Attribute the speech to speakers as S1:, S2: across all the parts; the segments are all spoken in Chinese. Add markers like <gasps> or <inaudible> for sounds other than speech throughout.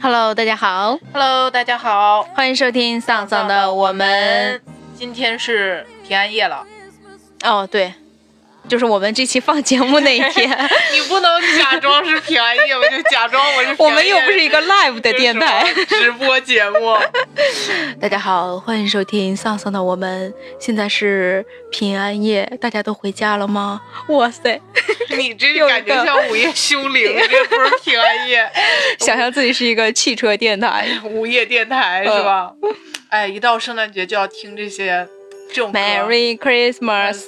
S1: Hello，大家好，
S2: Hello，大家好，
S1: 欢迎收听丧丧的我们。
S2: 今天是平安夜了，
S1: 哦，对，就是我们这期放节目那一 <laughs> 天，
S2: 你不能假装是平安夜，我就假装
S1: <laughs>
S2: 我是平安夜。
S1: 我们又不是一个 live 的
S2: 这是
S1: 电
S2: 什么
S1: 台。
S2: 直播节目，
S1: 大家好，欢迎收听丧丧的我们。现在是平安夜，大家都回家了吗？哇塞，
S2: 你这
S1: 又一个
S2: 感觉像午夜凶铃，这不是平安
S1: <laughs>
S2: 夜，
S1: 想象自己是一个汽车电 <laughs> 台。
S2: 午夜电台
S1: 嗯
S2: 是吧？哎，一到圣诞节就要听这些这种歌。
S1: Merry Christmas，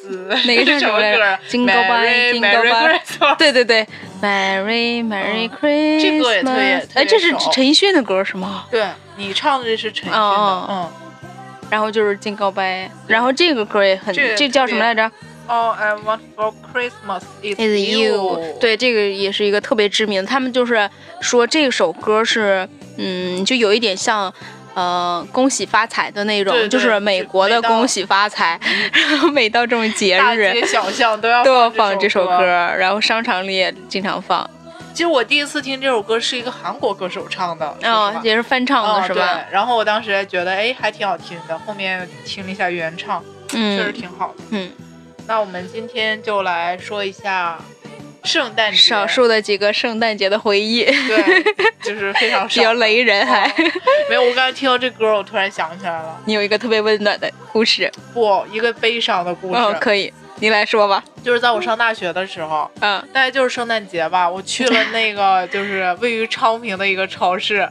S1: 那 <laughs> 个
S2: 是
S1: 叫
S2: <laughs> 什
S1: 什么
S2: 么
S1: 来着？Jingle Bell，
S2: 歌？Merry
S1: Jingle Bell
S2: Merry Christmas。
S1: 对对对，Merry Merry
S2: 嗯这歌也
S1: Christmas，
S2: 特别特别
S1: 哎，这是
S2: 熟
S1: 陈奕迅的歌是吗？
S2: 对你唱的这是陈奕迅
S1: 哦
S2: 的，嗯。
S1: 然后就是《敬告白》，然后这个歌也很，
S2: 这个
S1: 这叫什么来着
S2: All I want for Christmas is
S1: ？Is You？对，这个也是一个特别知名的。他们就是说这首歌是，嗯，就有一点像。呃，恭喜发财的那种，
S2: 对对
S1: 就是美国的
S2: 每到嗯
S1: 恭喜发财。然后每到这种节
S2: 大
S1: 日
S2: 街小巷都要
S1: 都要放这首
S2: 首
S1: 歌，。然后商场里也经常放。
S2: 其实我第一次听这首歌是一个韩国歌手唱的，说实
S1: 嗯，
S2: 话
S1: 也是翻唱的
S2: 嗯
S1: 是吧？
S2: 对。然后我当时还觉得，哎，还挺好听的。后面听了一下原唱，确
S1: 嗯
S2: 实挺好的。
S1: 嗯，
S2: 那我们今天就来说一下圣诞节，
S1: 少数的几个圣诞节的回忆，
S2: 对，就是非
S1: <laughs>
S2: 常
S1: 比
S2: 少
S1: 较雷人还。
S2: 哦没有，我刚才听到这歌，我突然想起来了，
S1: 你有一个特别温暖的故事，
S2: 不，一个悲伤的故事，
S1: 嗯，可以，你来说吧。
S2: 就是在我上大学的时候，
S1: 嗯，
S2: 大概就是圣诞节吧，我去
S1: <laughs>
S2: 了那个就是位于昌平的一个超市。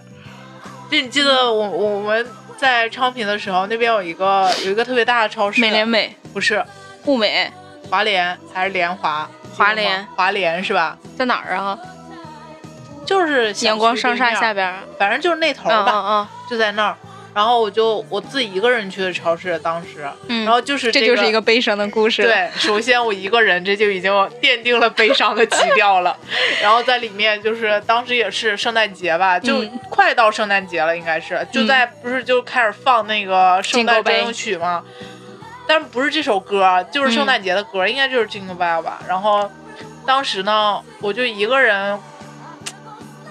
S2: 就你记得我我们在昌平的时候，那边有一个有一个特别大的超市，
S1: 美廉美、
S2: 不是
S1: 物美
S2: 华联还是联华？记得吗
S1: 华联
S2: 华联是吧？
S1: 在哪儿啊？
S2: 就是小区
S1: 阳光商
S2: 对
S1: 厦
S2: 面
S1: 下，边儿。
S2: 反正就是那头
S1: 嗯
S2: 吧，
S1: 嗯
S2: 就在那儿。然后我就我自己一个人去的超市，当时，
S1: 嗯，
S2: 然后就是
S1: 这就是一个悲伤的故事。，
S2: 对，首先我一个人，这就已经奠定了悲伤的基
S1: <laughs>
S2: 调了。然后在里面就是当时也是圣诞节吧，就
S1: 嗯
S2: 快到圣诞节了，应该是就在不是就开始放那个圣
S1: 敬
S2: 诞
S1: 歌呗
S2: 专用曲吗？但是不是这首歌，啊就是圣诞节的歌，应该就是《Jingle Bell》吧。然后当时呢，我就一个人。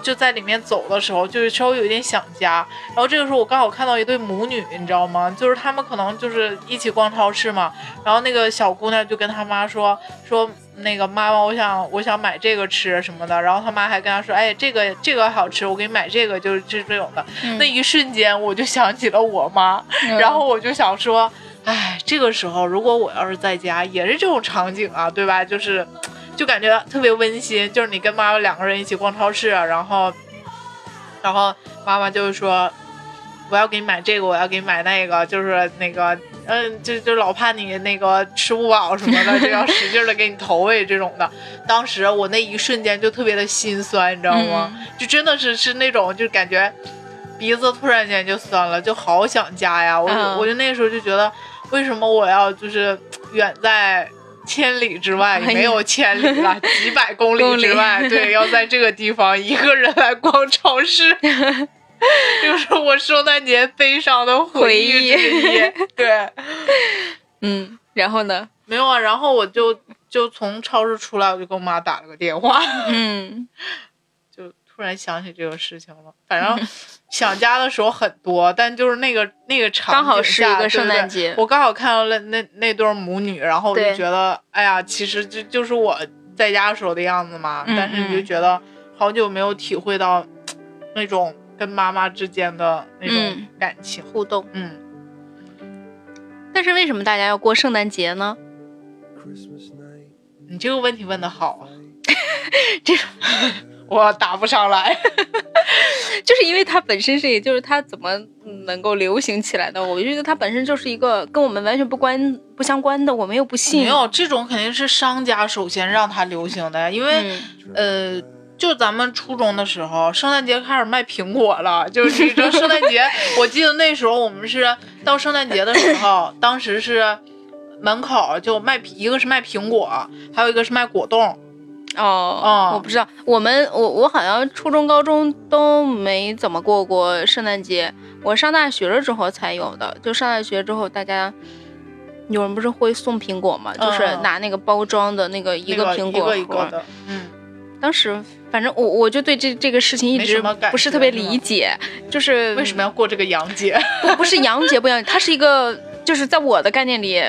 S2: 就在里面走的时候，就是稍微有一点想家。然后这个时候，我刚好看到一对母女，你知道吗？就是他们可能就是一起逛超市嘛。然后那个小姑娘就跟她妈说说那个妈妈，我想我想买这个吃什么的。然后她妈还跟她说，哎，这个这个好吃，我给你买这个，就是这这种的。
S1: 嗯
S2: 那一瞬间，我就想起了我妈，
S1: 嗯
S2: 然后我就想说，哎，这个时候如果我要是在家，也是这种场景啊，对吧？就是就感觉特别温馨，就是你跟妈妈两个人一起逛超市，啊然后然后妈妈就说。我要给你买这个，我要给你买那个，就是那个，嗯，就就老怕你那个吃不饱什么的，就要使劲的给你投喂这种的。当时我那一瞬间就特别的心酸，你知道吗？
S1: 嗯
S2: 就真的是是那种，就感觉鼻子突然间就酸了，就好想家呀！我就、
S1: 嗯
S2: 我就那时候就觉得，为什么我要就是远在千里之外，
S1: 哎呀
S2: 没有千里了，几百
S1: 公
S2: 公里
S1: 里
S2: 之外， <laughs> 对，要在这个地方一个人来逛
S1: <laughs>
S2: 超市。就是我圣诞节悲伤的回忆之一，对，
S1: 嗯，然后呢？
S2: 没有啊。然后我就就从超市出来，我就跟我妈打了个电话。
S1: 嗯，
S2: 就突然想起这个事情了。
S1: <laughs>
S2: 反正想家的时候很多，但就是那个那个场景
S1: 刚好是一
S2: 下
S1: 个
S2: 对
S1: 圣
S2: 对
S1: 诞节
S2: 我刚好看到了那那对儿母女，然后我就
S1: 对
S2: 觉得，哎呀，其实就就是我在家的时候的样子嘛。
S1: 嗯
S2: 但是你就
S1: 嗯
S2: 觉得好久没有体会到那种跟妈妈之间的那种
S1: 嗯
S2: 感情。
S1: 互动。
S2: 嗯
S1: 但是为什么大家要过圣诞节呢？
S2: 你这个问题问的好啊，
S1: <laughs> 这
S2: 我答不上来。
S1: 就是因为它本身是，也就是它怎么能够流行起来的？我觉得它本身就是一个跟我们完全不关不相关的，我们又不信。
S2: 没有这种肯定是商家首先让它流行的，因为、
S1: 嗯，
S2: 呃，就咱们初中的时候，圣诞节开始卖苹果了，就是你知道圣诞
S1: <laughs>
S2: 节，我记得那时候我们是到圣诞节的时候，当时是门口就卖苹，一个是卖苹果，还有一个是卖果冻，
S1: 哦，
S2: 哦
S1: 我不知道，我们我我好像初中、高中都没怎么过过圣诞节，我上大学了之后才有的。就上大学之后，大家有人不是会送苹果嘛，就是
S2: 嗯
S1: 拿那个包装的那个一
S2: 那个
S1: 苹果
S2: 一个一
S1: 盒
S2: 个的，嗯，
S1: 当时反正我我就对这这个事情一
S2: 没
S1: 直
S2: 什么感
S1: 不是
S2: 觉
S1: 特别
S2: 是吗
S1: 理解，就是
S2: 为什么要过这个洋节？
S1: <laughs> 不不是洋节不一样，它是一个就是在我的概念里，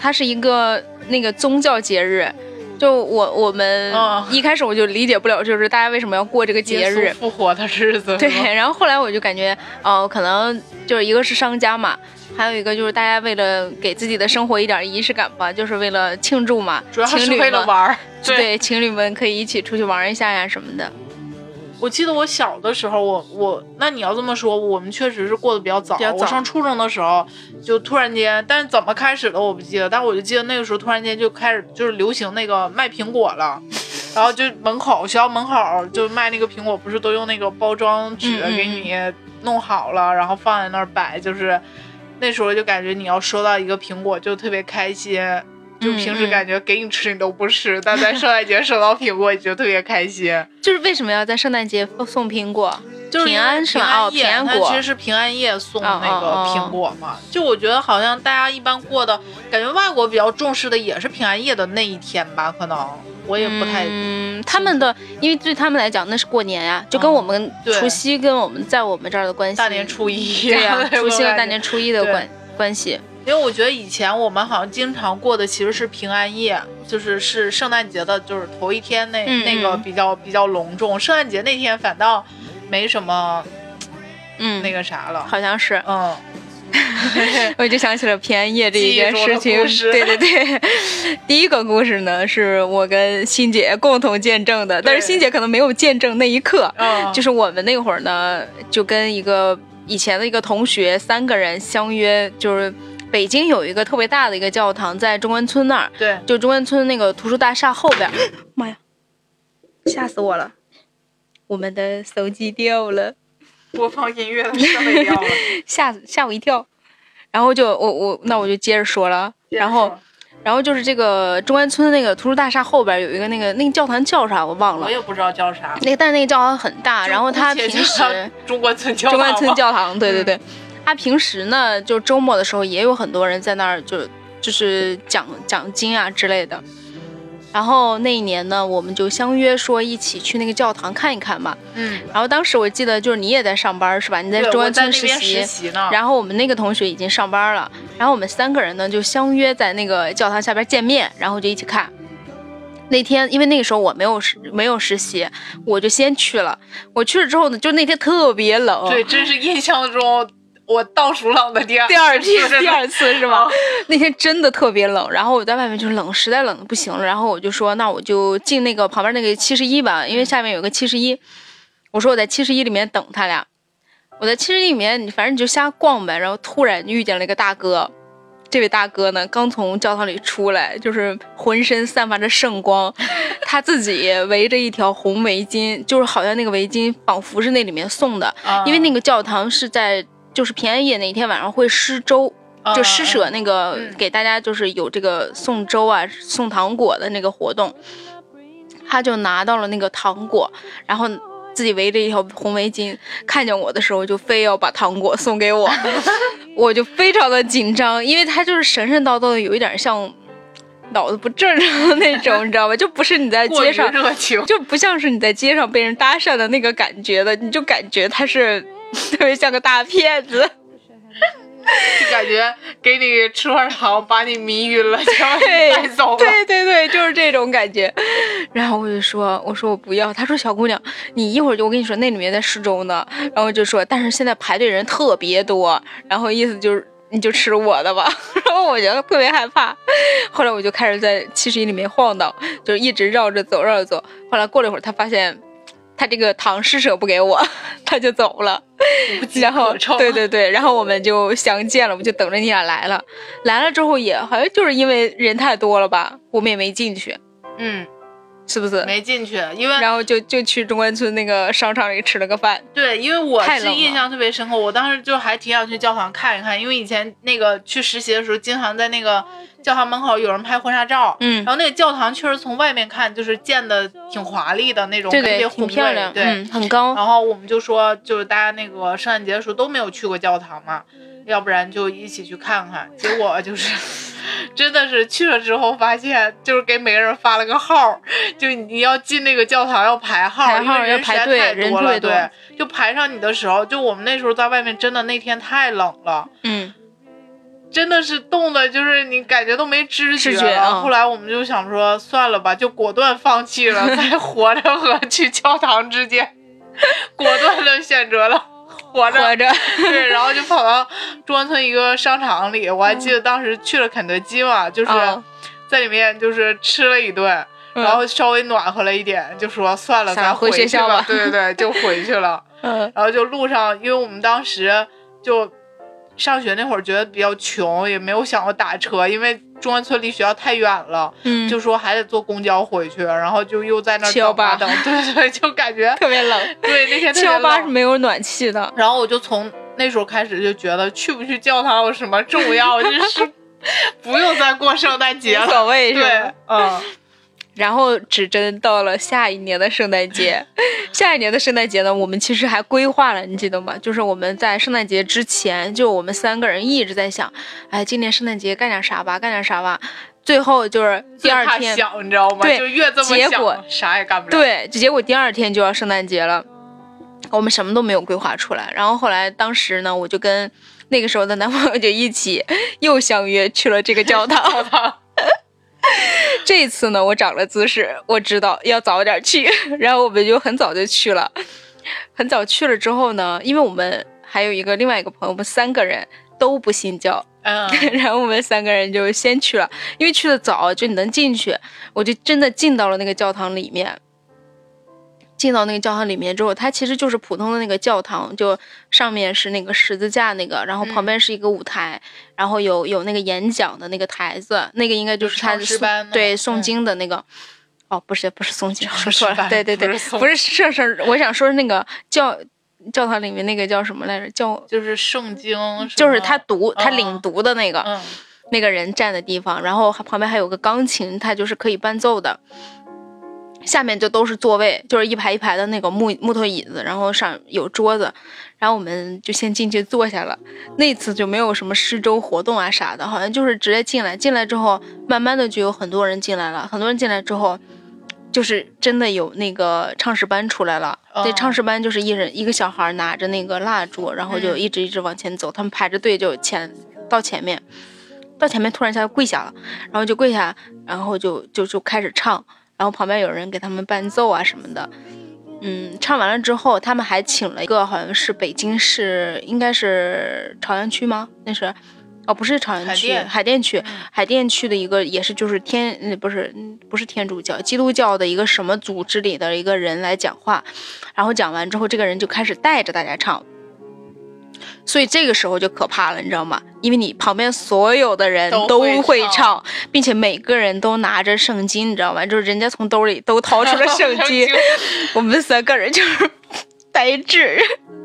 S1: 它是一个那个宗教节日。就我我们
S2: 哦
S1: 一开始我就理解不了，就是大家为什么要过这个节
S2: 耶稣
S1: 日。
S2: 复活的日子，
S1: 对
S2: 是吗，
S1: 然后后来我就感觉，哦、可能就是一个是商家嘛，还有一个就是大家为了给自己的生活一点仪式感吧，就是为了庆祝嘛，
S2: 主要
S1: 情
S2: 是
S1: 侣
S2: 为了
S1: 们
S2: 玩儿。
S1: 对，情侣们可以一起出去玩一下呀什么的。
S2: 我记得我小的时候，我我那你要这么说，我们确实是过得比较早。
S1: 比较早
S2: 我上初中的时候，就突然间，但是怎么开始的我不记得，但我就记得那个时候突然间就开始就是流行那个卖苹果了，然后就门口学校门口就卖那个苹果，不是都用那个包装纸
S1: 嗯嗯嗯
S2: 给你弄好了，然后放在那儿摆，就是那时候就感觉你要收到一个苹果就特别开心。就平时
S1: 嗯嗯
S2: 感觉给你吃你都不吃，但在圣诞节收到苹果，你就特别开心。
S1: 就是为什么要在圣诞节送苹果？
S2: 就是
S1: 平
S2: 因为
S1: 安是吧哦
S2: 夜
S1: 平安
S2: 它
S1: 果
S2: 其实是平安夜送
S1: 哦
S2: 那个
S1: 哦哦
S2: 苹果嘛。就我觉得好像大家一般过的，感觉外国比较重视的也是平安夜的那一天吧，可能我也不太。
S1: 嗯，他们的，因为对他们来讲那是过年呀，就跟我们
S2: 对
S1: 除夕跟我们在我们这儿的关系，
S2: 大年初一，
S1: 嗯对呀、除夕和大
S2: 感觉
S1: 年初一的
S2: 对
S1: 关关系，
S2: 因为我觉得以前我们好像经常过的其实是平安夜，就是是圣诞节的，就是头一天那、
S1: 嗯
S2: 那个
S1: 嗯
S2: 比较比较隆重，圣诞节那天反倒没什么
S1: 嗯，
S2: 那个啥了，
S1: 好像是， <laughs>
S2: 嗯， <laughs>
S1: 我就想起了平安夜这一件事
S2: 记忆中的
S1: 情。
S2: 故事
S1: 对对对， <laughs> 第一个故事呢是我跟欣姐共同见证的，但是欣姐可能没有见证那一刻，
S2: 嗯
S1: 就是我们那会儿呢，就跟一个以前的一个同学，三个人相约，就是北京有一个特别大的一个教堂，在中关村那儿，
S2: 对，
S1: 就中关村那个图书大厦后边儿。 <gasps> 妈呀，吓死我了！我们的手机掉了。
S2: 播放音乐的设备掉了，
S1: 吓死吓我一跳。然后就我我那我就接着说了，然后然后就是这个中关村那个图书大厦后边有一个那个那个教堂叫啥我忘了
S2: <laughs> 我，也不知道叫啥。
S1: 那个但是那个教堂很大， <laughs> 然后它
S2: 就
S1: 平
S2: 姑且就叫
S1: 时
S2: <laughs> 中关村教
S1: 中
S2: 堂吧嗯
S1: 关村教堂，对对对，它平时呢就周末的时候也有很多人在那儿就就是讲讲经啊之类的。然后那一年呢，我们就相约说一起去那个教堂看一看吧。
S2: 嗯，
S1: 然后当时我记得就是你也在上班是吧？你在
S2: 对
S1: 中
S2: 我
S1: 关
S2: 在
S1: 村
S2: 那
S1: 实
S2: 边
S1: 习
S2: 实，习呢，
S1: 然后我们那个同学已经上班了，然后我们三个人呢就相约在那个教堂下边见面，然后就一起看。那天因为那个时候我没有实没有实习，我就先去了。我去了之后呢，就那天特别冷。
S2: 对，真是印象中我倒数浪的第二
S1: 第二
S2: 次
S1: 天，
S2: 真的
S1: 第二次是吗
S2: 哦？
S1: 那天真的特别冷，然后我在外面就冷，实在冷的不行了，然后我就说，那我就进那个旁边那个七十一吧，因为下面有个七十一，我说我在七十一里面等他俩，我在七十一里面，你反正你就瞎逛呗，然后突然遇见了一个大哥。这位大哥呢，刚从教堂里出来，就是浑身散发着圣光，他自己围着一条红围巾，就是好像那个围巾仿佛是那里面送的，
S2: 啊
S1: 因为那个教堂是在就是平安夜那一天晚上会施粥，
S2: 啊
S1: 就施舍那个、
S2: 嗯
S1: 给大家就是有这个送粥啊、送糖果的那个活动，他就拿到了那个糖果，然后。自己围着一条红围巾，看见我的时候就非要把糖果送给
S2: <laughs>
S1: 我，我就非常的紧张，因为他就是神神叨叨的，有一点像脑子不正常的那种，你知道吧？就不是你在
S2: 过于
S1: 街上
S2: 热情，
S1: 就不像是你在街上被人搭讪的那个感觉的，你就感觉他是 <laughs> 特别像个大骗子。
S2: 就感觉给你吃块糖把你迷晕
S1: <laughs>
S2: 了，就把你带走了。
S1: 对对对，就是这种感觉。然后我就说，我说我不要。他说小姑娘，你一会儿就我跟你说那里面在施粥呢。然后我就说，但是现在排队人特别多，然后意思就是。你就吃我的吧， <laughs> 然后我觉得特别害怕，后来我就开始在七十一里面晃荡，就是一直绕着走，绕着走。后来过了一会儿，他发现他这个糖施舍不给我， <laughs> 他就走了。
S2: 无疾
S1: 然后
S2: 可乘
S1: 对对对，然后我们就相见了，我们就等着你俩来了。来了之后也好像就是因为人太多了吧，我们也没进去，
S2: 嗯，
S1: 是不是？
S2: 没进去，因为
S1: 然后就就去中关村那个商场里吃了个饭。
S2: 对，因为我
S1: 太
S2: 是
S1: 冷
S2: 印
S1: 了
S2: 象特别深刻，我当时就还挺想去教堂看一看，因为以前那个去实习的时候，经常在那个教堂门口有人拍婚纱照，
S1: 嗯
S2: 然后那个教堂确实从外面看就是建的挺华丽的那种，
S1: 对
S2: 特
S1: 对
S2: 别，
S1: 挺
S2: 宏
S1: 漂
S2: 伟
S1: 亮，
S2: 对。
S1: 嗯，很高。
S2: 然后我们就说，就是大家那个
S1: 嗯
S2: 圣诞节的时候都没有去过教堂嘛，要不然就一起去看看。结果就是 <laughs> 真的是去了之后发现，就是给每个人发了个号儿，就你要进那个教堂要排号儿，
S1: 排号儿
S2: 因为人
S1: 要
S2: 实
S1: 排
S2: 在
S1: 队
S2: 太
S1: 人
S2: 多
S1: 特别
S2: 了，
S1: 多
S2: 对，就排上你的时候，就我们那时候在外面，真的那天太冷了。
S1: 嗯，
S2: 真的是冻的，就是你感觉都没知觉
S1: 知
S2: 了。
S1: 觉嗯
S2: 后来我们就想说，算了吧，就果断放弃
S1: <laughs>
S2: 了，在活着和去教堂之间，果断的选择了活着。
S1: 活着，
S2: <laughs> 对，然后就跑到中关村一个商场里，我还记得当时去了肯德基嘛，就是
S1: 啊
S2: 在里面就是吃了一顿，然后稍微暖和了一点，就说算了，
S1: 嗯想
S2: 咱
S1: 回
S2: 去
S1: 学校
S2: 吧
S1: 吧。
S2: 对对对，就回去了。
S1: 嗯
S2: 然后就路上，因为我们当时就上学那会儿觉得比较穷，也没有想过打车，因为中关村离学校太远了，
S1: 嗯，
S2: 就说还得坐公交回去，然后就又在那儿等
S1: 718
S2: 啊等，对对，就感觉
S1: <laughs> 特别冷。
S2: 对那天特
S1: 七
S2: 别
S1: 幺八
S2: 冷
S1: 是没有暖气的，
S2: 然后我就从那时候开始就觉得去不去教堂有什么重要，就是 <laughs> 不用再过圣诞节
S1: 无
S2: 了。
S1: 所谓是
S2: 对
S1: 吧？，
S2: 嗯，
S1: 然后指针到了下一年的圣诞节， <laughs> 下一年的圣诞节呢，我们其实还规划了，你记得吗？就是我们在圣诞节之前，就我们三个人一直在想，哎，今年圣诞节干点啥吧，干点啥吧。最后就是 <laughs> 第
S2: 最
S1: 二
S2: 怕
S1: 天，
S2: 想你知道吗？
S1: 对
S2: 就越这么
S1: 结果
S2: 想，啥也干不了。
S1: 对，结果第二天就要圣诞节了，我们什么都没有规划出来。然后后来当时呢，我就跟那个时候的男朋友就一起又相约去了这个教堂。 <laughs> 这一次呢，我长了姿势，我知道要早点去， <laughs> 然后我们就很早就去了。很早去了之后呢，因为我们还有一个另外一个朋友，我们三个人都不信教，
S2: <laughs> 嗯，
S1: 然后我们三个人就先去了，因为去的早，就你能进去，我就真的进到了那个教堂里面。进到那个教堂里面之后，它其实就是普通的那个教堂，就上面是那个十字架那个，然后
S2: 嗯
S1: 旁边是一个舞台，然后有有那个演讲的那个台子，那个应该就是他
S2: 唱诗
S1: 诵
S2: 班呢
S1: 对诵
S2: 嗯
S1: 经的那个。哦，不是不是诵经，说
S2: 诗
S1: 错了，
S2: 班
S1: 对对
S2: 不
S1: 对，
S2: 是诵
S1: 不是圣圣，我想说是那个教教堂里面那个叫什么来着？教
S2: 就是圣经什么，
S1: 就是他读他
S2: 嗯
S1: 领读的那个，
S2: 嗯，
S1: 那个人站的地方，然后旁边还有个钢琴，它就是可以伴奏的。下面就都是座位，就是一排一排的那个木木头椅子，然后上有桌子，然后我们就先进去坐下了。那次就没有什么施粥活动啊啥的，好像就是直接进来。进来之后，慢慢的就有很多人进来了，很多人进来之后，就是真的有那个唱诗班出来了。
S2: 哦
S1: 对，唱诗班就是一人一个小孩拿着那个蜡烛，然后就
S2: 嗯
S1: 一直一直往前走，他们排着队就前到前面，到前面突然一下就跪下了，然后就跪下，然后就就就开始唱，然后旁边有人给他们伴奏啊什么的。嗯，唱完了之后，他们还请了一个好像是北京市，应该是朝阳区吗？那是，哦，不是朝阳
S2: 海
S1: 区，
S2: 淀嗯
S1: 海淀区，海淀区的一个也是就是天，嗯不是嗯不是天主教，基督教的一个什么组织里的一个人来讲话，然后讲完之后，这个人就开始带着大家唱。所以这个时候就可怕了，你知道吗？因为你旁边所有的人
S2: 都
S1: 都
S2: 会
S1: 会
S2: 唱
S1: 唱，并且每个人都拿着圣经，你知道吗？就是人家从兜里都掏出 <laughs> 了圣经，我们三个人就是呆滞，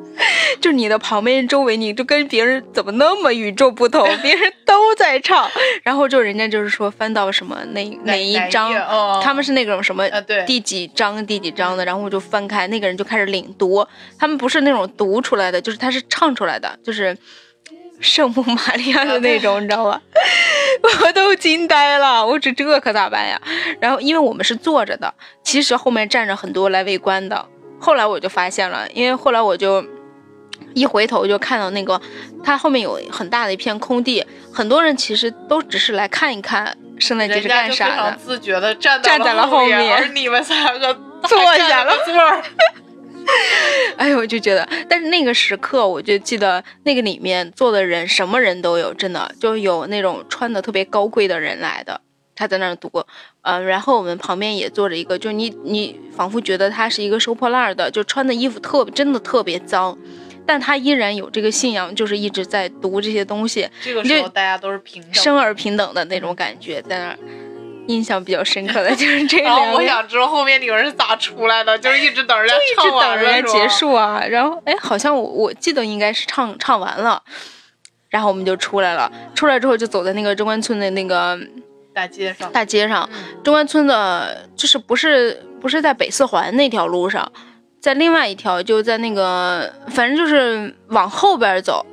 S1: <laughs> 就是你的旁边周围，你就跟别人怎么那么与众不同？别人都在唱，然后就人家就是说翻到什么哪
S2: 哪
S1: 一
S2: 哪
S1: 章
S2: 页，嗯
S1: 他们是那种什么
S2: 啊对
S1: 第几章第几章的，然后我就翻开，那个人就开始领读，他们不是那种读出来的，就是他是唱出来的，就是。圣母玛利亚
S2: 啊
S1: 的那种，你知道吧？ <laughs> 我都惊呆了，我指这可咋办呀？然后因为我们是坐着的，其实后面站着很多来围观的。后来我就发现了，因为后来我就一回头就看到那个，它后面有很大的一片空地，很多人其实都只是来看一看圣诞节
S2: 人
S1: 是
S2: 家
S1: 干
S2: 就非哦
S1: 啥
S2: 常
S1: 的，
S2: 自觉的站
S1: 站在了
S2: 了
S1: 后面
S2: 面，而你们三个
S1: 坐 <laughs>
S2: 还
S1: 下
S2: 占个座儿，
S1: 哎呦，我就觉得，但是那个时刻，我就记得那个里面坐的人什么人都有，真的就有那种穿的特别高贵的人来的，他在那儿读，嗯、然后我们旁边也坐着一个，就你你仿佛觉得他是一个收破烂儿的，就穿的衣服特真的特别脏，但他依然有这个信仰，就是一直在读这些东西，
S2: 这个
S1: 你就
S2: 时候大家都是平等的。
S1: 生而平等的那种感觉，在那儿。印象比较深刻的就是这
S2: 然
S1: 两
S2: 后
S1: 个
S2: 我想知道后面你们是咋出来的，就是一直等人家
S1: 就
S2: <laughs> 唱
S1: 等
S2: 完了
S1: 人家结
S2: 是吧。
S1: 束啊。然后哎，好像我我记得应该是唱唱完了，然后我们就出来了。出来之后就走在那个中关村的那个
S2: 大街上，嗯
S1: 大街上，中关村的就是不是不是在北四环那条路上，在另外一条就在那个反正就是往后边走。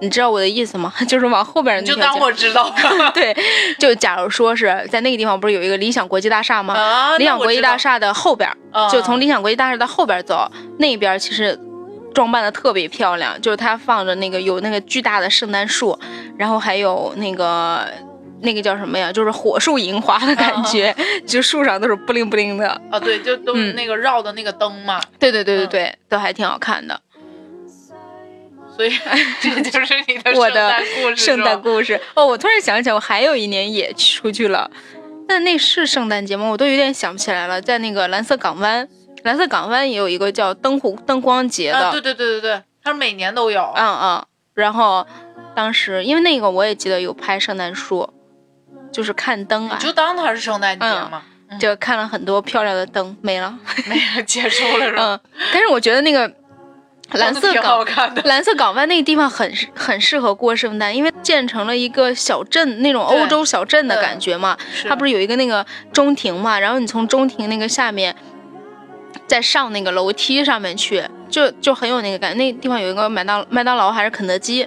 S1: 你知道我的意思吗？ <laughs> 就是往后边儿
S2: 你
S1: 那
S2: 就
S1: 条
S2: 当
S1: 街
S2: 我知道
S1: 对，就假如说是在那个地方，不是有一个理想国际大厦吗？
S2: 啊。
S1: 理想国际大
S2: 厦
S1: 厦的后边儿，就从
S2: 理
S1: 理想国际大厦的后边儿走，那边儿其实装扮的特别漂亮，就是它放着那个有那个巨大的圣诞树，然后还有那个那个叫什么呀，就是火树银花的感觉，就树上都是布灵布灵的。
S2: 啊，对，就都是
S1: 嗯
S2: 那个绕的那个灯嘛，
S1: 对对对对
S2: 嗯
S1: 对，都还挺好看的。
S2: 所以 <laughs> 这就是你的
S1: 嗯我
S2: 圣
S1: 的
S2: 诞故事，
S1: 圣
S2: 是
S1: 诞
S2: 吧
S1: 故事哦，我突然想起来，我还有一年也去出去了，但那是圣诞节吗？我都有点想不起来了。在那个蓝色港湾，蓝色港湾也有一个叫灯湖灯光节的，
S2: 啊，对对对对对，它每年都有。
S1: 嗯嗯。然后当时因为那个我也记得有拍圣诞树，就是看灯啊
S2: 你，就当它是圣诞节
S1: 嗯
S2: 嘛，嗯
S1: 就看了很多漂亮的灯，没了。
S2: 没有结束了是吧？
S1: 嗯，但是我觉得那个 <laughs> 蓝
S2: 真的
S1: 色
S2: 挺
S1: 港
S2: 好看的，
S1: 蓝色港湾那个地方很适很适合过圣诞，因为建成了一个小镇，那种
S2: 对
S1: 欧洲小镇的感觉嘛。它不
S2: 是
S1: 是有一个那个中庭嘛，然后你从中庭那个下面，再上那个楼梯上面去，就就很有那个感觉。那地方有一个麦当麦当劳还是肯德基，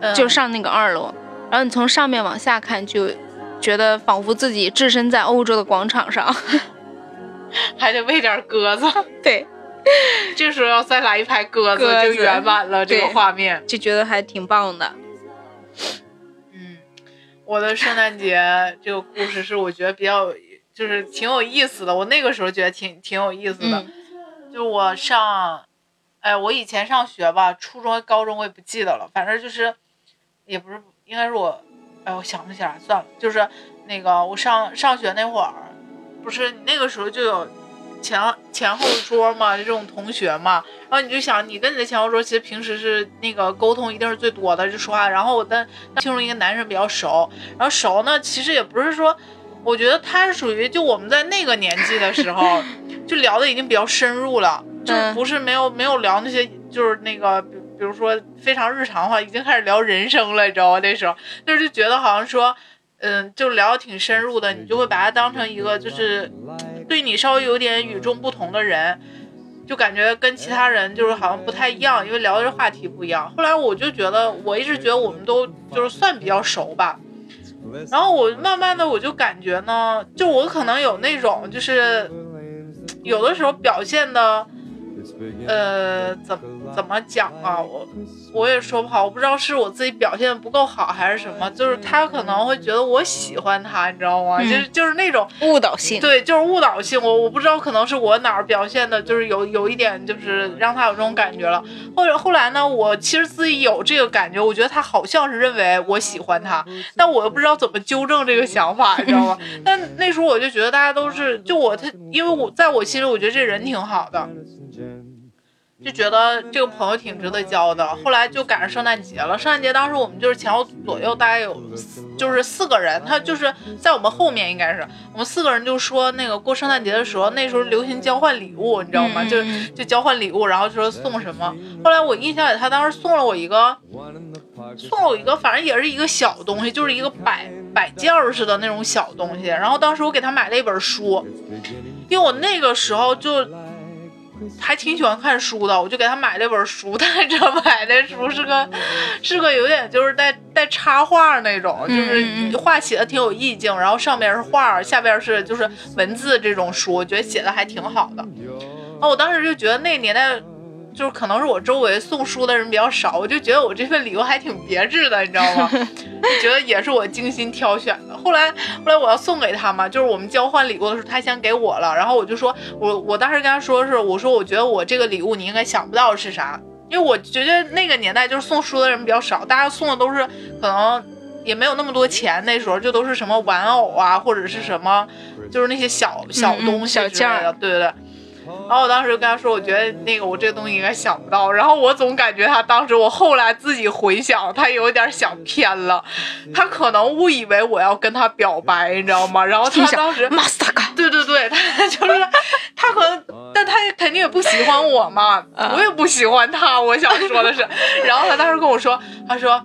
S2: 嗯
S1: 就上那个二楼，然后你从上面往下看，就觉得仿佛自己置身在欧洲的广场上。 <laughs>
S2: 还得喂点鸽子， <laughs>
S1: 对，
S2: 这时候要再来一排鸽子
S1: 鸽子
S2: 就圆满了这个
S1: 对
S2: 画面。
S1: 就觉得还挺棒的。
S2: 嗯，我的圣诞节这个故事是我觉得比较就是挺有意思的，我那个时候觉得挺挺有意思的，
S1: 嗯
S2: 就我上，哎，我以前上学吧，初中、高中我也不记得了，反正就是，也不是，应该是我，哎，我想不起来，算了，就是那个我上上学那会儿，不是那个时候就有前前后桌嘛，这种同学嘛，然后你就想，你跟你的前后桌其实平时是那个沟通一定是最多的，就说话，然后我跟其中一个男生比较熟，然后熟呢，其实也不是说。我觉得他是属于就我们在那个年纪的时候，就聊的已经比较深入了，就是
S1: 嗯
S2: 不是没有没有聊那些就是那个比比如说非常日常的话，已经开始聊人生了，你知道吗？那时候就是就觉得好像说，嗯，就聊的挺深入的，你就会把他当成一个就是对你稍微有点与众不同的人，就感觉跟其他人就是好像不太一样，因为聊的话题不一样。后来我就觉得，我一直觉得我们都就是算比较熟吧，然后我慢慢的我就感觉呢，就我可能有那种就是有的时候表现的，呃，怎么怎么讲啊？我我也说不好，我不知道是我自己表现的不够好还是什么，就是他可能会觉得我喜欢他，你知道吗？
S1: 嗯
S2: 就是就是那种
S1: 误导性，
S2: 对，就是误导性。我我不知道，可能是我哪儿表现的，就是有有一点，就是让他有这种感觉了。或者后来呢，我其实自己有这个感觉，我觉得他好像是认为我喜欢他，但我又不知道怎么纠正这个想法，你知道吗？ <laughs> 但那时候我就觉得大家都是，就我他，因为我在我心里，我觉得这人挺好的。就觉得这个朋友挺值得交的，后来就赶上圣诞节了。圣诞节当时我们就是前后左右大概有四就是四个人，他就是在我们后面应该是，我们四个人就说那个过圣诞节的时候，那时候流行交换礼物，你知道吗？
S1: 嗯嗯
S2: 就
S1: 嗯
S2: 就交换礼物，然后就说送什么。后来我印象里，他当时送了我一个，送了我一个，反正也是一个小东西，就是一个摆摆件儿似的那种小东西。然后当时我给他买了一本书，因为我那个时候就还挺喜欢看书的，我就给他买了一本书，但是这买的书是个是个有点就是带带插画那种，就
S1: 嗯
S2: 是
S1: 嗯嗯
S2: 话写的挺有意境，然后上面是画，下边是就是文字这种书，我觉得写的还挺好的。啊，我当时就觉得那个年代。就是可能是我周围送书的人比较少，我就觉得我这份礼物还挺别致的，你知
S1: <laughs>
S2: 道吗？就觉得也是我精心挑选的。后来后来我要送给他嘛，就是我们交换礼物的时候，他先给我了，然后我就说，我我当时跟他说是，我说我觉得我这个礼物你应该想不到是啥，因为我觉得那个年代就是送书的人比较少，大家送的都是可能也没有那么多钱，那时候就都是什么玩偶啊，或者是什么，就是那些小小
S1: 嗯
S2: 东西
S1: 小
S2: 之类
S1: 件
S2: 的，对对对。然后我当时就跟他说，我觉得那个我这个东西应该想不到。然后我总感觉他当时，我后来自己回想，他有点想偏了，他可能误以为我要跟他表白，你知道吗？然后他
S1: 听
S2: 当时，
S1: 马斯达嘎，
S2: 对对对，他就是他可能，但他也肯定也不喜欢我嘛，我也不喜欢他。我想说的是，然后他当时跟我说，他说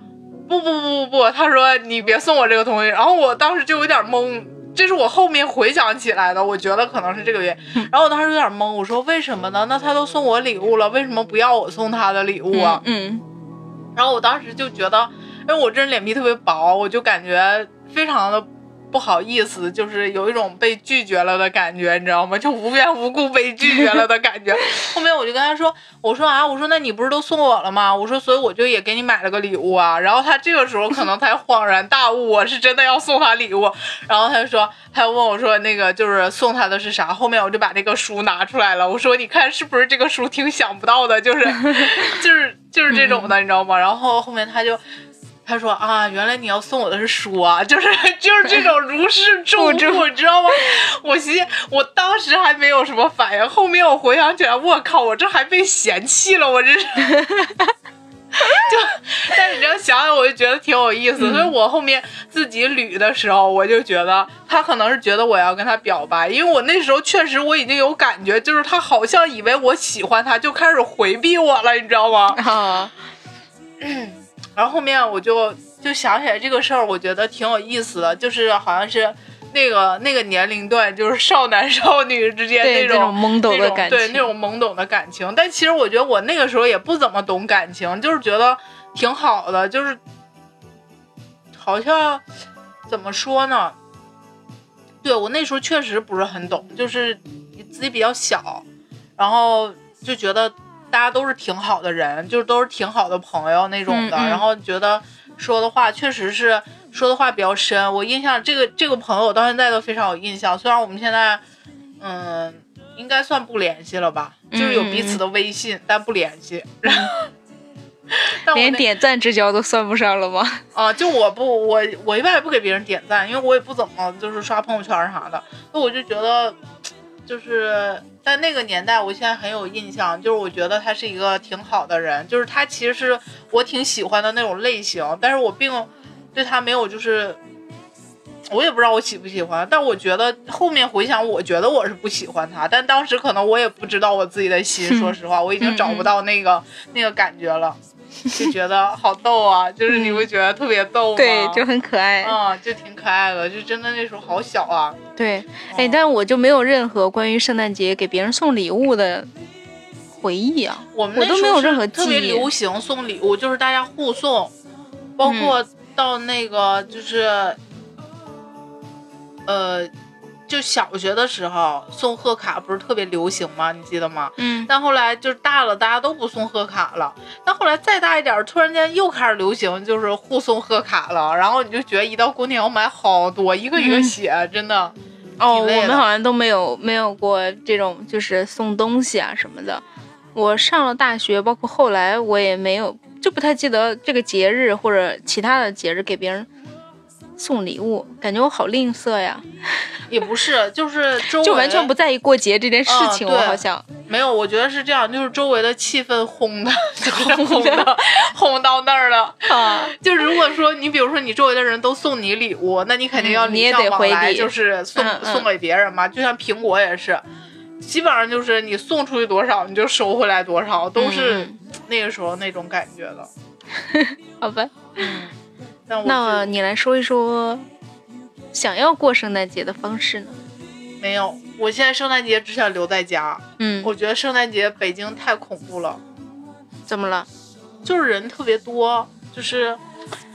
S2: 不不不不不，他说你别送我这个东西。然后我当时就有点懵，这是我后面回想起来的，我觉得可能是这个原因。然后我当时有点懵，我说为什么呢？那他都送我礼物了，为什么不要我送他的礼物啊？
S1: 嗯嗯，
S2: 然后我当时就觉得，因为我这人脸皮特别薄，我就感觉非常的不好意思，就是有一种被拒绝了的感觉，你知道吗？就无缘无故被拒绝了的感觉。后面我就跟他说，我说啊，我说那你不是都送我了吗？我说所以我就也给你买了个礼物啊。然后他这个时候可能才恍然大悟，我是真的要送他礼物。然后他就说，他就问我说那个就是送他的是啥？后面我就把那个书拿出来了，我说你看是不是这个书挺想不到的，就是 <laughs> 就是就是这种的，你知道吗？然后后面他就。他说啊，原来你要送我的是书啊， <laughs> 就是就是这种如释重负，你知道吗？我寻，我当时还没有什么反应，后面我回想起来，我靠，我这还被嫌弃了，我这是。就，但是你这样想想，我就觉得挺有意思。所以我后面自己捋的时候，我就觉得他可能是觉得我要跟他表白，因为我那时候确实我已经有感觉，就是他好像以为我喜欢他，就开始回避我了，你知道吗？
S1: 啊，
S2: 然后后面我就就想起来这个事儿，我觉得挺有意思的，就是好像是那个那个年龄段，就是少男少女之间
S1: 对
S2: 那
S1: 这种懵懂
S2: 那
S1: 的
S2: 种
S1: 感
S2: 对那
S1: 情，
S2: 种懵懂的感情。但其实我觉得我那个时候也不怎么懂感情，就是觉得挺好的，就是好像怎么说呢？对我那时候确实不是很懂，就是自己比较小，然后就觉得大家都是挺好的人，就是都是挺好的朋友那种的，
S1: 嗯嗯
S2: 然后觉得说的话确实是说的话比较深。我印象这个这个朋友，我到现在都非常有印象，虽然我们现在嗯应该算不联系了吧，就是有彼此
S1: 嗯
S2: 的微信，但不联系。 <laughs> 然后但我
S1: 连
S2: 那
S1: 点赞之交都算不上了吗？
S2: 啊，就我不我我一般也不给别人点赞，因为我也不怎么就是刷朋友圈啥的，所以我就觉得，就是在那个年代，我现在很有印象，就是我觉得他是一个挺好的人，就是他其实是我挺喜欢的那种类型，但是我并对他没有就是。我也不知道我喜不喜欢，但我觉得后面回想，我觉得我是不喜欢他，但当时可能我也不知道我自己的心，说实话，我已经找不到那个、那个感觉了。就觉得好
S1: <laughs>
S2: 逗啊，就是你会觉得特别逗吗？
S1: 对，就很可爱。
S2: 嗯，就挺可爱的，就真的那时候好小啊。
S1: 对，哎，但我就没有任何关于圣诞节给别人送礼物的回忆啊。
S2: 我们
S1: 我
S2: 那
S1: 都
S2: 时
S1: 没有
S2: 候
S1: 任何
S2: 是特别
S1: 记忆
S2: 流行送礼物，就是大家互送，包括
S1: 嗯
S2: 到那个就是，呃，就小学的时候送贺卡不是特别流行吗？你记得吗？
S1: 嗯，
S2: 但后来就是大了，大家都不送贺卡了。但后来再大一点儿，突然间又开始流行，就是互送贺卡了。然后你就觉得一到过年要买好多，一个一
S1: 嗯
S2: 个写，真的。
S1: 哦，
S2: 挺
S1: 我
S2: 累
S1: 们
S2: 的
S1: 好像都没有没有过这种就是送东西啊什么的。我上了大学，包括后来我也没有，就不太记得这个节日或者其他的节日给别人送礼物，感觉我好吝啬呀，
S2: 也不是，就是周围
S1: 就完全不在意过节这件事情。
S2: 啊对
S1: 我好像
S2: 没有。我觉得是这样，就是周围的气氛轰的，就是轰的，轰到那儿了。
S1: 啊，
S2: 就如果说你，比如说你周围的人都送你礼物，那你肯定要
S1: 嗯你也
S2: 礼尚
S1: 得
S2: 往
S1: 回
S2: 来
S1: 礼
S2: 就是送
S1: 嗯嗯
S2: 送给别人嘛。就像苹果也是，基本上就是你送出去多少，你就收回来多少，都是
S1: 嗯
S2: 那个时候那种感觉的。
S1: 好吧。
S2: 但我
S1: 嗯那
S2: 是
S1: 你来说一说，想要过圣诞节的方式呢？
S2: 没有，我现在圣诞节只想留在家。
S1: 嗯，
S2: 我觉得圣诞节北京太恐怖了，
S1: 怎么了？
S2: 就是人特别多，就是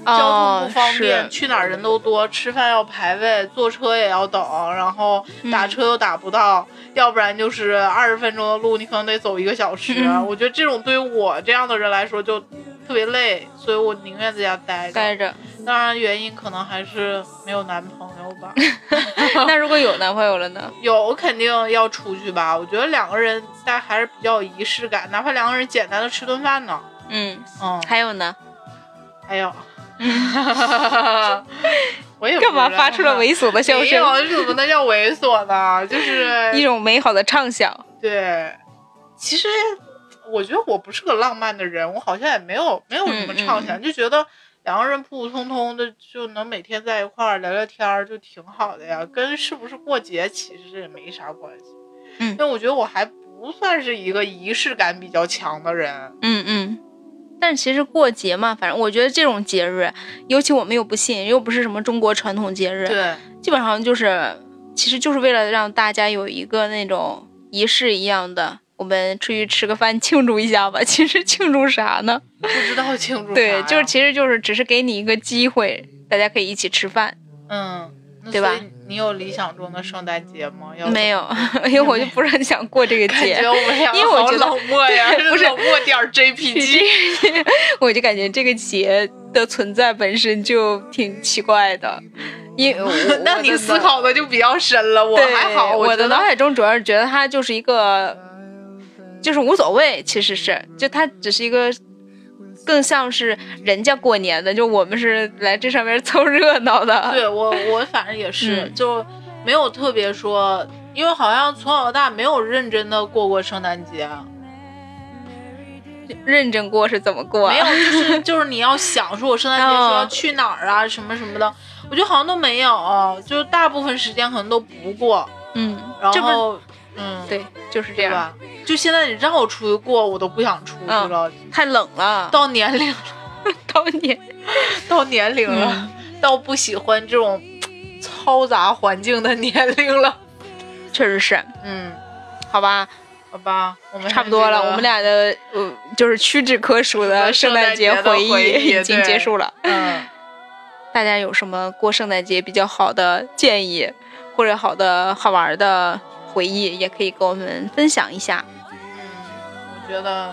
S2: 交
S1: 哦
S2: 通不方便，
S1: 是
S2: 去哪儿人都多，吃饭要排位，坐车也要等，然后
S1: 嗯
S2: 打车又打不到，要不然就是二十分钟的路，你可能得走一个小时。
S1: 嗯
S2: 我觉得这种对于我这样的人来说就特别累，所以我宁愿在家待着。
S1: 待着。 <laughs>
S2: 当然，原因可能还是没有男朋友吧。
S1: 那如果有男朋友了呢？
S2: 有，我肯定要出去吧。我觉得两个人大家还是比较有仪式感，哪怕两个人简单的吃顿饭呢。
S1: 嗯，
S2: 嗯，
S1: 还有呢？
S2: 还有，我也不
S1: <laughs> 干嘛
S2: 知道
S1: 发出了猥琐的笑
S2: 没
S1: 声？
S2: 有，怎么能叫猥琐呢？就是
S1: <laughs> 一种美好的畅想。
S2: 对，其实我觉得我不是个浪漫的人，我好像也没有没有
S1: 嗯
S2: 什么畅想，就觉得两个人普普通通的就能每天在一块儿聊聊天儿，就挺好的呀。跟是不是过节其实也没啥关系。
S1: 嗯
S2: 因为我觉得我还不算是一个仪式感比较强的人。
S1: 嗯嗯。但其实过节嘛，反正我觉得这种节日，尤其我们又不信，又不是什么中国传统节日，
S2: 对，
S1: 基本上就是，其实就是为了让大家有一个那种仪式一样的我们出去吃个饭庆祝一下吧。 <laughs> 其实庆祝啥呢？
S2: 不知
S1: <laughs>
S2: 道庆祝啥
S1: 对，
S2: 呀
S1: 就是其实就是只是给你一个机会，大家可以一起吃饭。
S2: 嗯，那
S1: 对吧
S2: 所以你有理想中的圣诞节吗？要
S1: 没有， <laughs> 因为我就不是很想过这个
S2: 感
S1: 节
S2: 觉，我们俩
S1: 因为我
S2: 好
S1: 觉得
S2: 冷漠呀， <laughs>
S1: 对不是
S2: 冷漠点儿 JPG。
S1: <laughs> 我就感觉这个节的存在本身就挺奇怪的。
S2: 嗯
S1: 因 <laughs>
S2: <laughs> 那你思。考的就比较深了，我
S1: 我的脑对
S2: 还好，
S1: 我
S2: 觉
S1: 的
S2: 得
S1: 脑
S2: <laughs>
S1: 海中主要是觉得它就是一个，就是无所谓，其实是就它只是一个，更像是人家过年的，就我们是来这上面凑热闹的。
S2: 对我我反正也是，
S1: 嗯
S2: 就没有特别说，因为好像从小到大没有认真的过过圣诞节，啊
S1: 认真过是怎么过啊？
S2: 没有就是就是你要想说我圣诞 <laughs> 节是要
S1: 嗯
S2: 去哪儿啊什么什么的，我觉得好像都没有，就是大部分时间可能都不过，
S1: 嗯，
S2: 然
S1: 这不
S2: 后嗯
S1: 对，就是这
S2: 对
S1: 样，
S2: 吧？就现在你让我出去过，我都不想出去
S1: 嗯
S2: 了，
S1: 太冷了，
S2: 到年龄
S1: 到年
S2: 到年龄了，
S1: 嗯
S2: 到不喜欢这种嘈杂环境的年龄了，
S1: 确实是，
S2: 嗯。
S1: 好吧，
S2: 好吧，我们嗯
S1: 差不多了，我们
S2: 啊
S1: 俩的呃就是屈指可数的
S2: <laughs>
S1: 圣诞节回
S2: 圣诞节的回
S1: <laughs>
S2: 忆
S1: 已经
S2: 对
S1: 结束了。
S2: 嗯，
S1: 大家有什么过圣诞节比较好的建议，或者好的好玩的回忆，也可以跟我们分享一下。
S2: 我觉得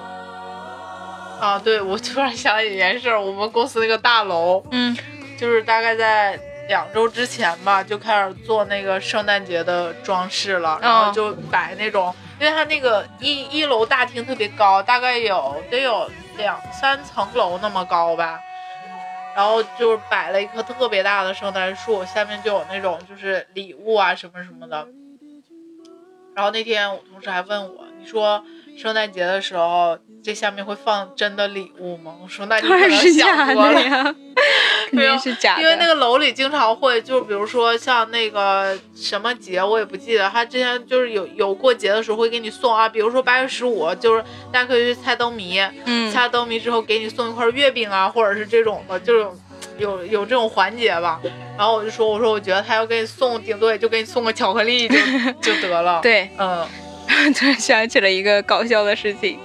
S2: 啊，对我突然想起一件事儿，我们公司那个大楼，
S1: 嗯
S2: 就是大概在两周之前吧，就开始做那个圣诞节的装饰了，然
S1: 嗯
S2: 后就摆那种，因为它那个一一楼大厅特别高，大概有得有两三层楼那么高吧。然后就是摆了一棵特别大的圣诞树，下面就有那种就是礼物啊什么什么的。然后那天我同事还问我，你说圣诞节的时候这下面会放真的礼物吗？我说那你
S1: 当
S2: 可
S1: 然
S2: 能
S1: 是假
S2: 想多
S1: 的
S2: 了。
S1: 呀， <laughs> 肯
S2: 没有
S1: 定是假的。
S2: 因为那个楼里经常会，就比如说像那个什么节，我也不记得。他之前就是有有过节的时候会给你送啊，比如说八月十五，就是大家可以去猜灯谜，
S1: 嗯
S2: 猜灯谜之后给你送一块月饼啊，或者是这种的，就是有有这种环节吧。然后我就说，我说我觉得他要给你送，顶多也就给你送个巧克力
S1: <laughs>
S2: 就就得了。，
S1: 对，
S2: 嗯
S1: <laughs> 突然想起了一个搞笑的事情，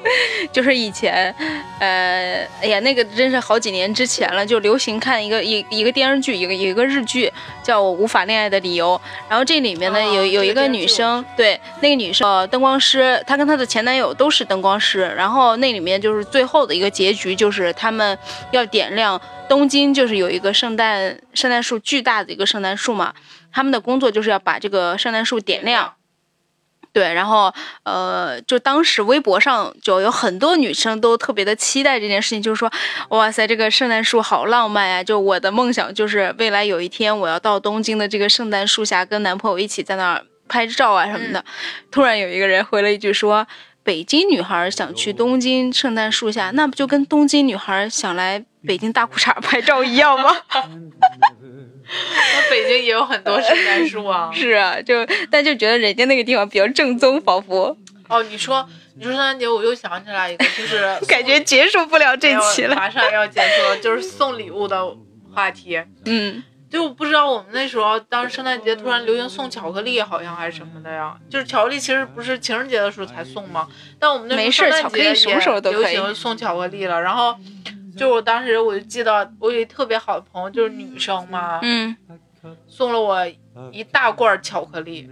S1: 就是以前，呃，哎呀，那个真是好几年之前了，就流行看一个一一个电视剧，一个一个日剧，叫《我无法恋爱的理由》。然后这里面呢，
S2: 哦
S1: 有有
S2: 这
S1: 一
S2: 个
S1: 个
S2: 电视
S1: 女
S2: 剧
S1: 生，对，那个女生呃灯光师，她跟她的前男友都是灯光师。然后那里面就是最后的一个结局，就是他们要点亮东京，就是有一个圣诞圣诞树巨大的一个圣诞树嘛，他们的工作就是要把这个圣诞树点亮。对，然后呃，就当时微博上就有很多女生都特别的期待这件事情，就是说，哇塞，这个圣诞树好浪漫呀、就我的梦想就是未来有一天我要到东京的这个圣诞树下，跟男朋友一起在那儿拍照啊什么的。 <laughs> 突然有一个人回了一句说。北京女孩想去东京圣诞树下，那不就跟东京女孩想来北京大裤衩拍照一样吗？。
S2: 那北京也有很多圣诞树啊
S1: <laughs> 是啊，就但就觉得人家那个地方比较正宗，仿佛
S2: 哦，你说你说圣诞节，我又想起来一个，就是
S1: 感觉结束不了这期了。
S2: 马上要结束了，就是送礼物的话题。
S1: 嗯，
S2: 就我不知道我们那时候，当时圣诞节突然流行送巧克力，好像还是什么的呀。就是巧克力其实不是情人节的时候才送吗？但我们那
S1: 没事
S2: 时
S1: 儿巧
S2: 候圣诞
S1: 克力
S2: 节
S1: 什么时候
S2: 也
S1: 都可
S2: 流
S1: 以
S2: 行送巧克力了。然后就我当时我就记得，我有一特别好的朋友就是女生嘛，
S1: 嗯
S2: 送了我一大罐巧克力。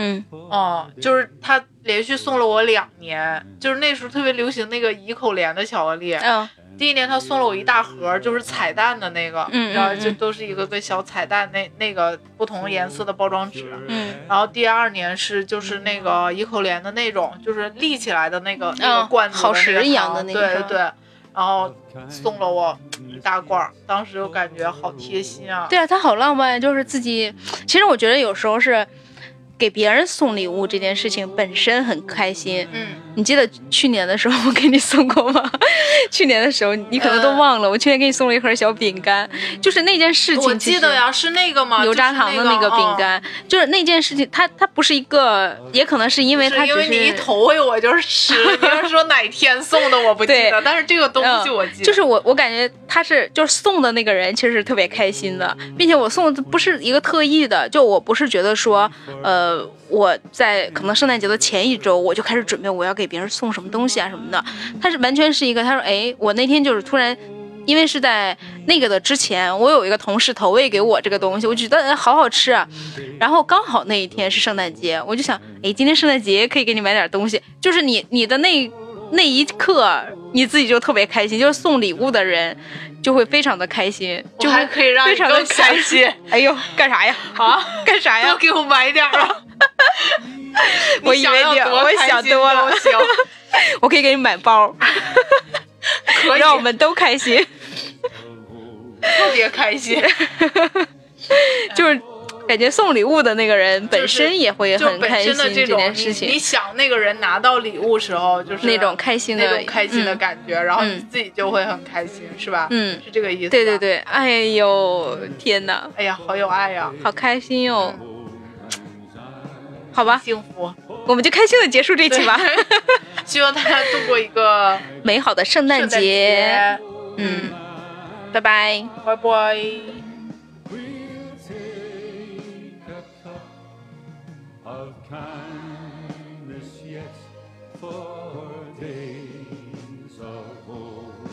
S1: 嗯，
S2: 哦、就是她连续送了我两年，就是那时候特别流行那个怡口莲的巧克力。
S1: 嗯
S2: 第一年他送了我一大盒儿，就是彩蛋的那个，
S1: 嗯嗯
S2: 然后就都是一个个小彩蛋，那那个不同颜色的包装纸。
S1: 嗯
S2: 然后第二年是就是那个怡口莲的那种，就是立起来的那个、那个
S1: 嗯
S2: 罐子的那个
S1: 好时一样
S2: 糖
S1: 的那
S2: 对
S1: 个
S2: 对对。然后送了我一大罐儿，当时我感觉好贴心啊。
S1: 对啊，他好浪漫，就是自己。其实我觉得有时候是给别人送礼物这件事情本身很开心。
S2: 嗯，
S1: 你记得去年的时候我给你送过吗？去年的时候你可能
S2: 嗯
S1: 都忘了，我去年给你送了一盒小饼干，就是那件事情。
S2: 我记得。呀，是那个嗯吗？
S1: 油炸糖的那个饼
S2: 就是
S1: 干，就是那件事情，它它不是一个，也可能是因为
S2: 那个。嗯
S1: 它
S2: 是因
S1: 只
S2: 为你一投喂我就是吃，你要说哪天送的我不记得，
S1: 对嗯
S2: 但是这个东西我记得。
S1: 就是我，我感觉他是就是送的那个人，其实是特别开心的，并且我送的不是一个特意的，就我不是觉得说，呃，呃，我在可能圣诞节的前一周，我就开始准备我要给别人送什么东西啊什么的。他是完全是一个，他说，哎，我那天就是突然，因为是在那个的之前，我有一个同事投喂给我这个东西，我觉得哎好好吃啊。然后刚好那一天是圣诞节，我就想，哎，今天圣诞节可以给你买点东西。就是你你的那那一刻，你自己就特别开心，就是送礼物的人就会非常的开心，就
S2: 我
S1: 会
S2: 还可以让
S1: 非
S2: 你
S1: 常的
S2: 更开心
S1: 哎呦，干啥呀？
S2: 啊！
S1: 干啥呀
S2: 多？给我买点儿
S1: <laughs>
S2: 啊！
S1: 我
S2: 你
S1: 以
S2: 想
S1: 为
S2: 要
S1: 你，
S2: 多
S1: 我
S2: 开
S1: 想
S2: 心
S1: 多
S2: 都
S1: 了，
S2: 行，
S1: <laughs> 我可以给你买包，
S2: 可以
S1: 让我们都开
S2: <laughs>
S1: 心。
S2: 特别开心，
S1: 就是感觉送礼物的那个人本
S2: 就是
S1: 身也会
S2: 就
S1: 很
S2: 本
S1: 开心
S2: 身的
S1: 这
S2: 种
S1: 件事
S2: 你，你
S1: 情，
S2: 想那个人拿到礼物时候就是
S1: 那种开心的
S2: 那种开心的
S1: 嗯
S2: 感觉，然后
S1: 嗯
S2: 你自己就会很开心，是吧？
S1: 嗯
S2: 是这个意思。
S1: 对对。对，哎呦天哪，
S2: 哎呀，好有爱呀，
S1: 好开心哟、好吧，
S2: 幸福！
S1: 我们就开心的结束这期吧。 <laughs>
S2: 希望大家度过一个
S1: 美好的圣
S2: 圣
S1: 诞
S2: 诞
S1: 节，
S2: 节。
S1: 嗯，拜拜。
S2: 拜拜。
S3: We'll take a cup of kindness yet for days of old.